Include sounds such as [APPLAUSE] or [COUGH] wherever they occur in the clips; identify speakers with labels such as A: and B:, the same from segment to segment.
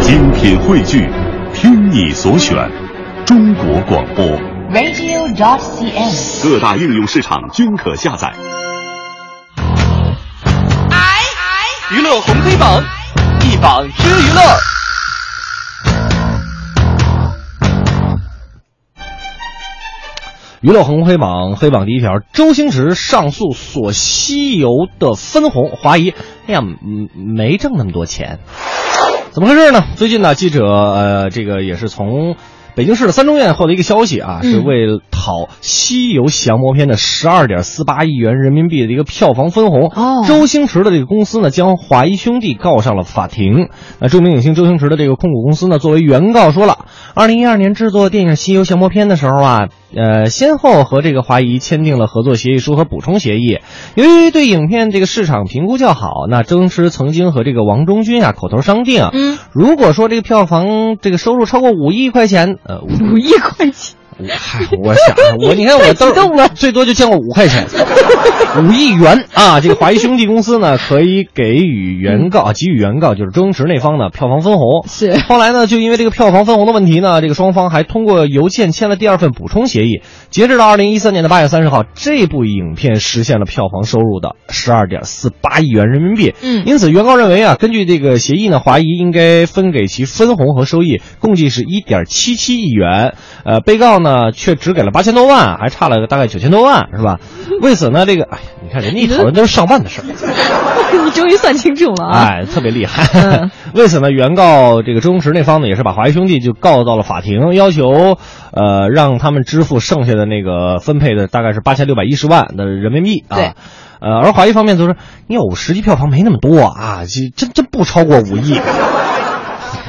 A: 精品汇聚，听你所选，中国广播。
B: [LAUGHS] radio.cn。
A: 各大应用市场均可下载。
C: 娱乐红黑榜，一榜之娱乐。
D: 娱乐红黑榜黑榜第一条，周星驰上诉所吸油的分红，怀疑，哎呀，嗯，没挣那么多钱，怎么回事呢？最近呢，记者呃，这个也是从北京市的三中院获得一个消息
B: 嗯
D: 啊，是为讨西游降魔篇的十二点四八亿元人民币的一个票房分红，
B: 哦
D: 周星驰的这个公司呢，将华谊兄弟告上了法庭。那著名影星周星驰的这个控股公司呢，作为原告说了，二零一二年制作电影《西游降魔篇》的时候啊，呃，先后和这个华谊签订了合作协议书和补充协议。由于对影片这个市场评估较好，那周星驰曾经和这个王中军啊口头商定，
B: 嗯，
D: 如果说这个票房这个收入超过五亿块钱，
B: [LAUGHS]
D: 呃，五
B: 五亿块钱，
D: 嗨，我想我你看我
B: 太激动了
D: 兜最多就见过五
B: [LAUGHS]
D: 块钱，五亿元啊！这个华谊兄弟公司呢，可以给予原告啊给予原告就是周星驰那方呢票房分红。
B: 是
D: 后来呢，就因为这个票房分红的问题呢，这个双方还通过邮件签了第二份补充协议。截止到二零一三年的八月三十号，这部影片实现了票房收入的十二点四八亿元人民币。
B: 嗯
D: 因此原告认为啊，根据这个协议呢，华谊应该分给其分红和收益，共计是一点七七亿元。呃，被告呢却只给了八千多万，还差了大概九千多万，是吧？为此呢，这个哎呀，你看人家一讨论都是上万的事儿。
B: 你终于算清楚了啊！
D: 哎，特别厉害。
B: 嗯
D: [LAUGHS] 为此呢，原告这个周星驰那方呢，也是把华谊兄弟就告到了法庭，要求呃让他们支付剩下的那个分配的大概是八千六百一十万的人民币
B: 对
D: 啊。呃，而华谊方面则是，你有实际票房没那么多啊，这真真不超过五亿。哎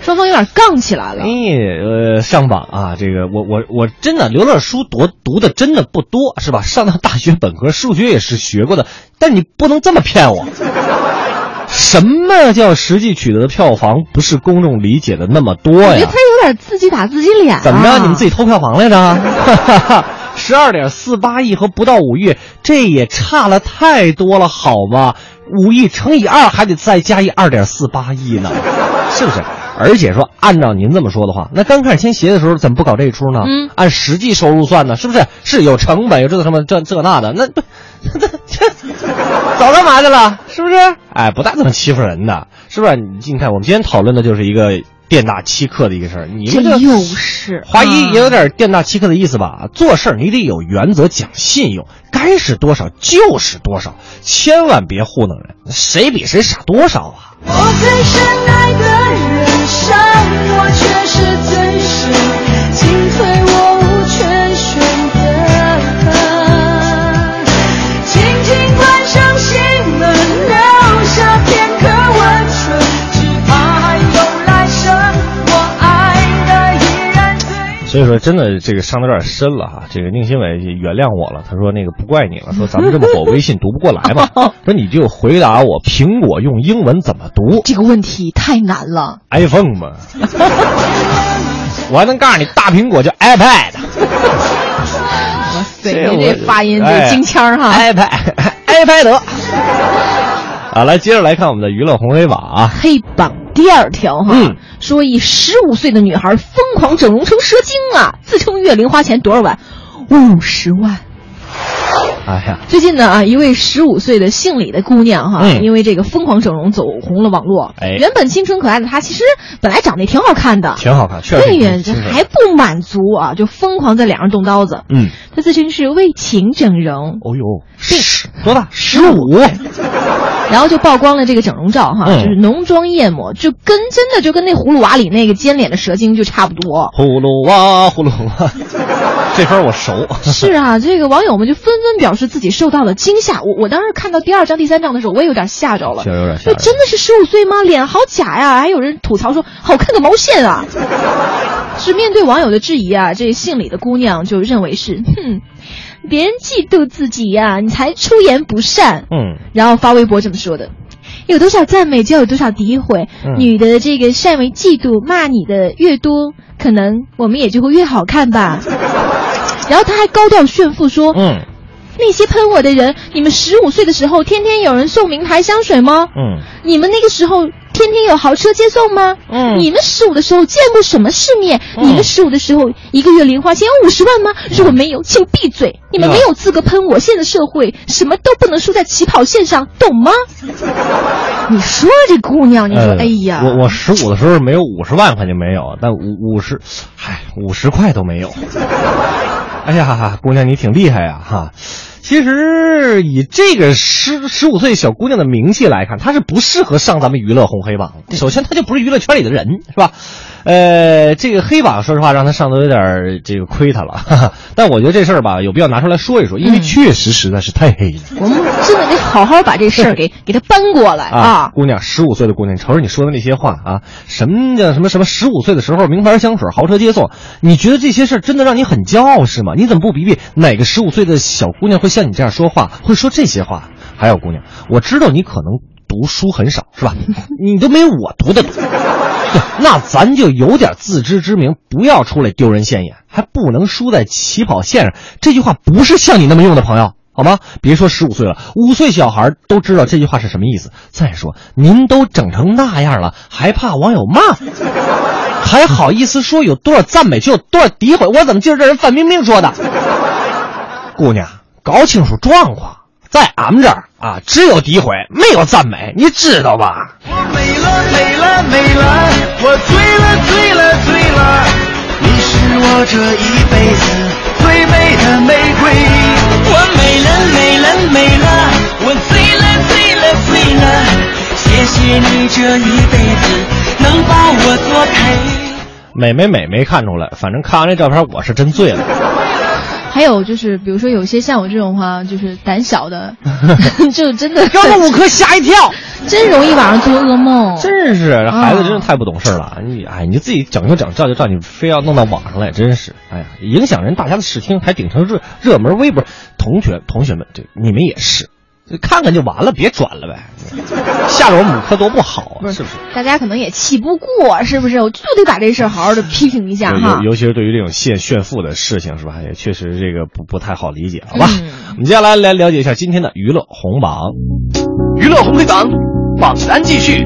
B: 双方有点杠起来了。
D: 你呃上榜啊，这个我我我真的刘乐书读读的真的不多是吧？上到大学本科，数学也是学过的，但你不能这么
B: [LAUGHS]
D: 骗我。什么叫实际取得的票房不是公众理解的那么多
B: 我觉得
D: 呀
B: 他？有点自己打自己脸、啊。
D: 怎么着？你们自己
B: 己
D: 偷票房来着？十二点四八亿和不到五亿，这也差了太多了，好吗？五亿乘以二还得再加一二点四八亿呢，是不是？而且说，按照您这么说的话，那刚开始签协的时候怎么不搞这一出呢？
B: 嗯
D: 按实际收入算呢，是不是？是有成本，有这个什么这这那的，那不这这早干嘛去了？是不是？哎，不大这么欺负人的，是不是？你你看，我们今天讨论的就是一个店大欺客的一个事儿，你
B: 这
D: 们这
B: 又是
D: 华谊也
B: 啊
D: 有点店大欺客的意思吧？做事儿你得有原则，讲信用，该是多少就是多少，千万别糊弄人，谁比谁傻多少啊！
E: 我最深爱的人伤我，却是最深，进退我无权选择。轻轻关上心门，留下片刻温存，只怕还有来生。我爱的依然最。
D: 所以说，真的这个伤的有点深了哈、这个宁新伟也原谅我了，他说那个不怪你了，说咱们这么 [LAUGHS] 火，微信读不过来嘛，说你就回答我苹果用英文怎么 [LAUGHS] 读
B: 这个问题太难了。
D: ，iPhone 嘛。我还能告诉你，大苹果叫 iPad。
B: 哇塞，
D: 这
B: 你
D: 我
B: 这发音
D: 哎
B: 这京腔儿哈。
D: iPad iPad [LAUGHS] 得。啊，来接着来看我们的娱乐红黑榜啊。
B: 黑榜第二条哈，
D: 嗯
B: 说一十五岁的女孩疯狂整容成蛇精啊，自称月零花钱多少万？五十万。
D: 哎呀，
B: 最近呢啊，一位十五岁的姓李的姑娘哈，
D: 嗯
B: 因为这个疯狂整容走红了网络。
D: 哎
B: 原本清纯可爱的她，其实本来长得也挺好看的，
D: 挺好看，确实
B: 但
D: 挺
B: 远
D: 清纯
B: 还不满足啊，就疯狂在脸上动刀子。
D: 嗯，
B: 她自称是为情整容，
D: 哦呦，十多大？十五。
B: 然后就曝光了这个整容照哈，
D: 嗯
B: 就是浓妆艳抹，就跟真的就跟那葫芦娃里那个尖脸的蛇精就差不多。
D: 葫芦娃，葫芦 [LAUGHS] 娃，这分我 [LAUGHS] 熟。
B: 是啊，这个网友们就纷纷表示自己受到了惊吓。我我当时看到第二章、第三章的时候，我也有点吓着了。
D: 确实有点吓
B: 这
D: 人。
B: 真的是十五岁吗？脸好假呀！还有人吐槽说好看个毛线啊！是面对网友的质疑啊，这姓李的姑娘就认为是，哼，别人嫉妒自己呀、你才出言不善。
D: 嗯，
B: 然后发微博这么说的：有多少赞美就有多少诋毁，
D: 嗯
B: 女的这个善为嫉妒，骂你的越多，可能我们也就会越好看吧。然后他还高调炫富说，
D: 嗯
B: 那些喷我的人，你们十五岁的时候天天有人送名牌香水吗？
D: 嗯，
B: 你们那个时候天天天有豪车接送吗？
D: 嗯
B: 你们十五的时候见过什么世面？
D: 嗯
B: 你们十五的时候一个月零花钱有五十万吗？如果没有，请闭嘴！你们
D: 呀
B: 没有资格喷我。现在社会什么都不能输在起跑线上，懂吗？你说这姑娘，你说，
D: 呃
B: 哎呀，
D: 我我十五的时候没有五十万块钱没有，但五五十，唉，五十块都没有。哎呀，姑娘你挺厉害呀、哈！其实以这个十十五岁小姑娘的名气来看，她是不适合上咱们娱乐红黑榜的。首先，她就不是娱乐圈里的人，是吧？呃，这个黑榜说实话让她上都有点儿这个亏她了。哈哈但我觉得这事儿吧，有必要拿出来说一说，因为
B: 嗯
D: 确实实在是太黑了。
B: 我们真的得好好把这
D: 嗯
B: 事儿给给他搬过来啊！
D: 姑娘，十五岁的姑娘，你瞅瞅你说的那些话啊，什么叫什么什么？十五岁的时候，名牌香水、豪车接送，你觉得这些事儿真的让你很骄傲是吗？你怎么不比比哪个十五岁的小姑娘会像你这样说话，会说这些话？还有姑娘，我知道你可能读书很少是吧？你都没有我读的多。对， [LAUGHS] 那咱就有点自知之明，不要出来丢人现眼，还不能输在起跑线上。这句话不是像你那么用的，朋友，好吗？别说十五岁了，五岁小孩都知道这句话是什么意思。再说，您都整成那样了，还怕网友骂？ [LAUGHS] 还好意思说有多少赞美就有多少诋毁？我怎么记得这人范冰冰说的？姑娘，搞清楚状况，在俺们这儿啊，只有诋毁，没有赞美，你知道吧？
C: 我美了美了美了，我醉了醉了醉了，你是我这一辈子最美的玫瑰。我美了美了美了，我醉了醉了醉了，谢谢你这一辈子能把我做陪。
D: 美没美没看出来，反正看完这照片我是真醉了。 [LAUGHS]
B: 还有就是，比如说有些像我这种哈，就是胆小
D: [LAUGHS]
B: 的，就真的
D: 刚刚五科吓一跳，
B: 真容易晚上做噩梦。
D: [LAUGHS] 真是这孩子
B: 啊
D: 真是太不懂事儿了。你哎，你就自己整就整，照就照，你非要弄到网上来，真是哎呀，影响人大家的视听，还顶成热热门微博。同学同学们，这你们也是，就看看就完了，别转了呗。 [LAUGHS] 吓着我们五科多不好啊，是不是？
B: 大家可能也气不过，是不是？我就得把这事儿好好的批评一下
D: 对
B: 哈
D: 尤。尤其是对于这种炫炫富的事情，是吧？也确实这个不不太好理解，好吧？
B: 嗯
D: 我们接下来来了解一下今天的娱乐红榜。
C: 娱乐红黑榜，榜单继续。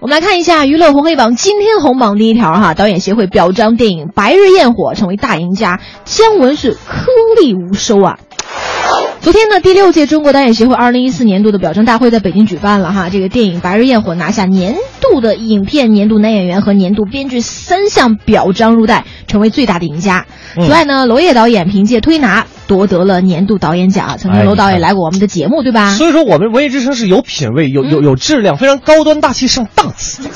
B: 我们来看一下娱乐红黑榜今天红榜第一条哈，导演协会表彰电影《白日焰火》成为大赢家，姜文是颗粒无收啊。昨天呢，第六届中国导演协会2014年度的表彰大会在北京举办了哈。这个电影《白日焰火》拿下年度的影片、年度男演员和年度编剧三项表彰入袋，成为最大的赢家。
D: 嗯
B: 此外呢，娄烨导演凭借《推拿》夺得了年度导演奖。曾
D: 哎
B: 经
D: 你
B: 娄导
D: 看
B: 演来过我们的节目，对吧？
D: 所以说，我们文艺之声是有品位、有有有质量，非常高端大气上档次。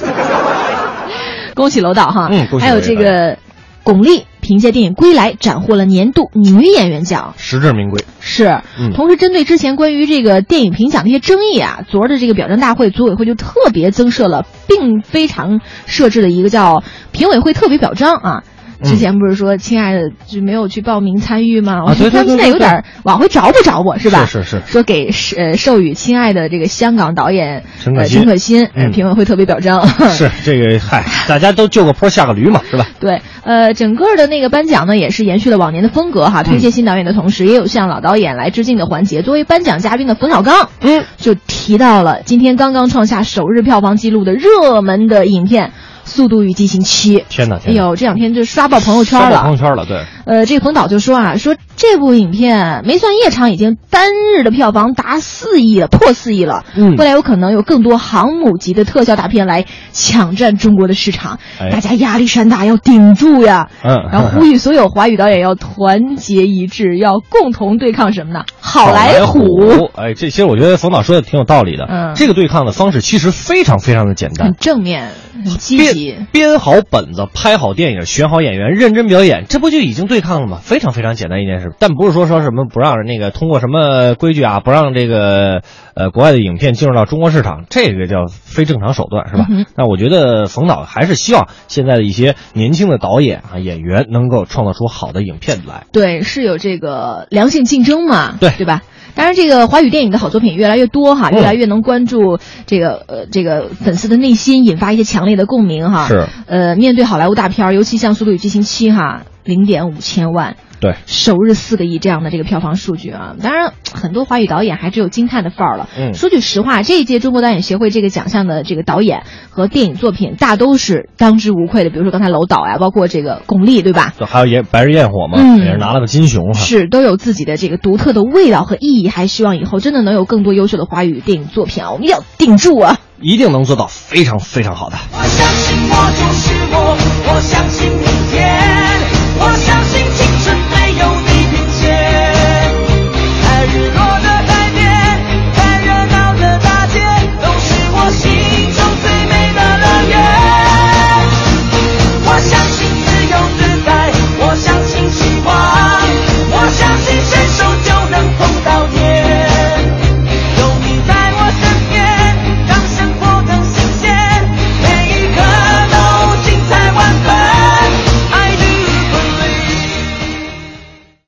B: 恭喜楼导哈，
D: 嗯恭喜
B: 还有
D: 娄烨
B: 这个巩俐凭借电影《归来》斩获了年度女演员奖，
D: 实至名归。
B: 是。
D: 嗯
B: 同时，针对之前关于这个电影评奖的一些争议啊，昨儿的这个表彰大会，组委会就特别增设了，并非常设置了一个叫评委会特别表彰啊。
D: 嗯
B: 之前不是说，亲爱的，就没有去报名参与吗？我说
D: 对
B: 他们
D: 对
B: 现
D: 对
B: 在有
D: 对对
B: 点儿往回找不找我是吧？
D: 是是是
B: 说给是呃授予亲爱的这个香港导演
D: 陈可
B: 呃
D: 辛
B: 陈可辛呃
D: 嗯
B: 评委会特别表彰。
D: 是这个，
B: [LAUGHS]
D: 嗨，大家都救个坡下个驴嘛，是吧？
B: 对，呃，整个的那个颁奖呢，也是延续了往年的风格哈，
D: 嗯
B: 推荐新导演的同时，也有向老导演来致敬的环节。作为颁奖嘉宾的冯小刚，
D: 嗯，
B: 就提到了今天刚刚创下首日票房纪录的热门的影片《速度与激情七》。
D: 天哪，
B: 哎
D: 天哪，
B: 呦，这两天就刷爆朋友圈
D: 刷到朋
B: 了
D: 友。圈了，对，
B: 呃，这个冯导就说啊，说这部影片没算夜场，已经单日的票房达四亿了，破四亿了。
D: 嗯
B: 未来有可能有更多航母级的特效大片来抢占中国的市场，
D: 哎
B: 大家压力山大，要顶住
D: [LAUGHS]
B: 呀。
D: 嗯
B: 然后呼吁所有华语导演要团结一致，要共同对抗什么呢？好莱
D: 莱
B: 坞。，
D: 哎，这其实我觉得冯导说的挺有道理的。
B: 嗯
D: 这个对抗的方式其实非常非常的简单
B: 很，正面，很积极
D: 编。编好本子，拍好电影，选好演员，认真表演，这不就已经对抗了吗？非常非常简单一件事，但不是说说什么不让那个通过什么规矩啊，不让这个呃国外的影片进入到中国市场，这个叫非正常手段是吧？
B: 嗯哼
D: 那我觉得冯导还是希望现在的一些年轻的导演啊演员能够创造出好的影片来。
B: 对，是有这个良性竞争嘛，
D: 对
B: 对吧？当然，这个华语电影的好作品越来越多哈，
D: 嗯
B: 越来越能关注这个呃这个粉丝的内心，引发一些强烈的共鸣哈。
D: 是，
B: 呃，面对好莱坞大片儿，尤其像《速度与激情七》哈，零点五千万，
D: 对，
B: 首日四个亿这样的这个票房数据啊。当然，很多华语导演还是有惊叹的范儿了。
D: 嗯
B: 说句实话，这一届中国导演协会这个奖项的这个导演和电影作品大都是当之无愧的，比如说刚才楼导呀，包括这个巩俐，对吧？
D: 还有焰白日焰火嘛，
B: 嗯
D: 也是拿了个金熊哈。啊
B: 是都有自己的这个独特的味道和意义，还希望以后真的能有更多优秀的华语电影作品啊！我们一定要顶住啊！
D: 一定能做到非常非常好的。
E: 我相信我就是我，我相信你